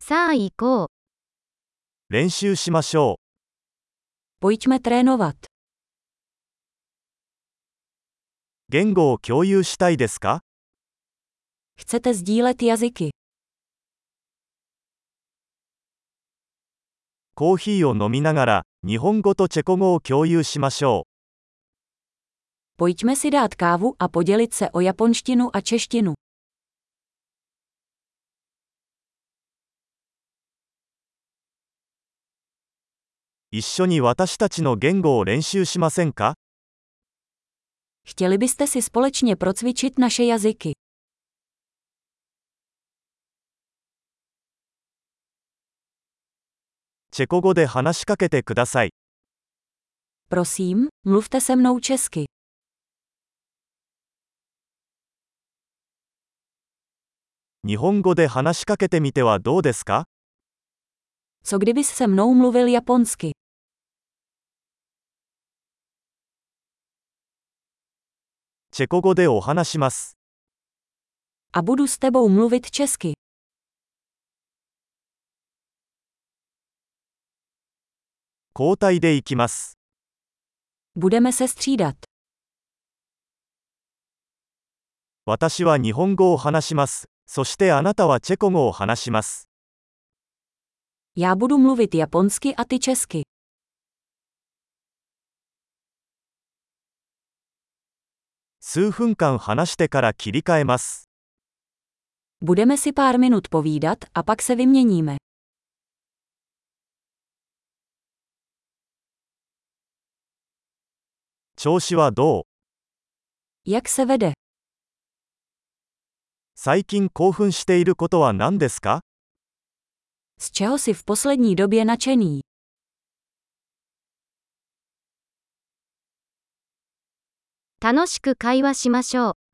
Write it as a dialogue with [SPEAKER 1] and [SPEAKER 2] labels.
[SPEAKER 1] さあ行こう。
[SPEAKER 2] 練習しましょう。
[SPEAKER 3] Pojďme trénovat.
[SPEAKER 2] 言語を共有したいですか
[SPEAKER 3] Chcete sdílet jazyky?
[SPEAKER 2] コーヒーを飲みながら、日本語とチェコ語を共有しましょ
[SPEAKER 3] Pojďme si dát kávu a podělit se o japonštinu a češtinu.
[SPEAKER 2] う。一緒に私たちの言語を練習しませんか
[SPEAKER 3] Chtěli byste si společně procvičit naše jazyky?
[SPEAKER 2] チェコ語で話しかけてください。
[SPEAKER 3] Prosím, mluvte se mnou česky.
[SPEAKER 2] 日本語で話しかけてみてはどうですか
[SPEAKER 3] Co kdybys se mnou mluvil japonsky?
[SPEAKER 2] チェコ語でお話します。
[SPEAKER 3] A budu s tebou mluvit česky.
[SPEAKER 2] 交代でいきます。
[SPEAKER 3] Budeme se střídat.
[SPEAKER 2] 私は日本語を話します。そしてあなたはチェコ語を話します。
[SPEAKER 3] Já budu mluvit japonsky a ty česky.
[SPEAKER 2] 数分間話してから切り替えます。
[SPEAKER 3] Budeme si pár minut povídat a pak se vyměníme.
[SPEAKER 2] 調子はどう
[SPEAKER 3] Jak se vede?
[SPEAKER 2] 最近興奮していることは何ですか
[SPEAKER 3] Z čeho jsi v poslední době nadšený?
[SPEAKER 1] 楽しく会話しましょう。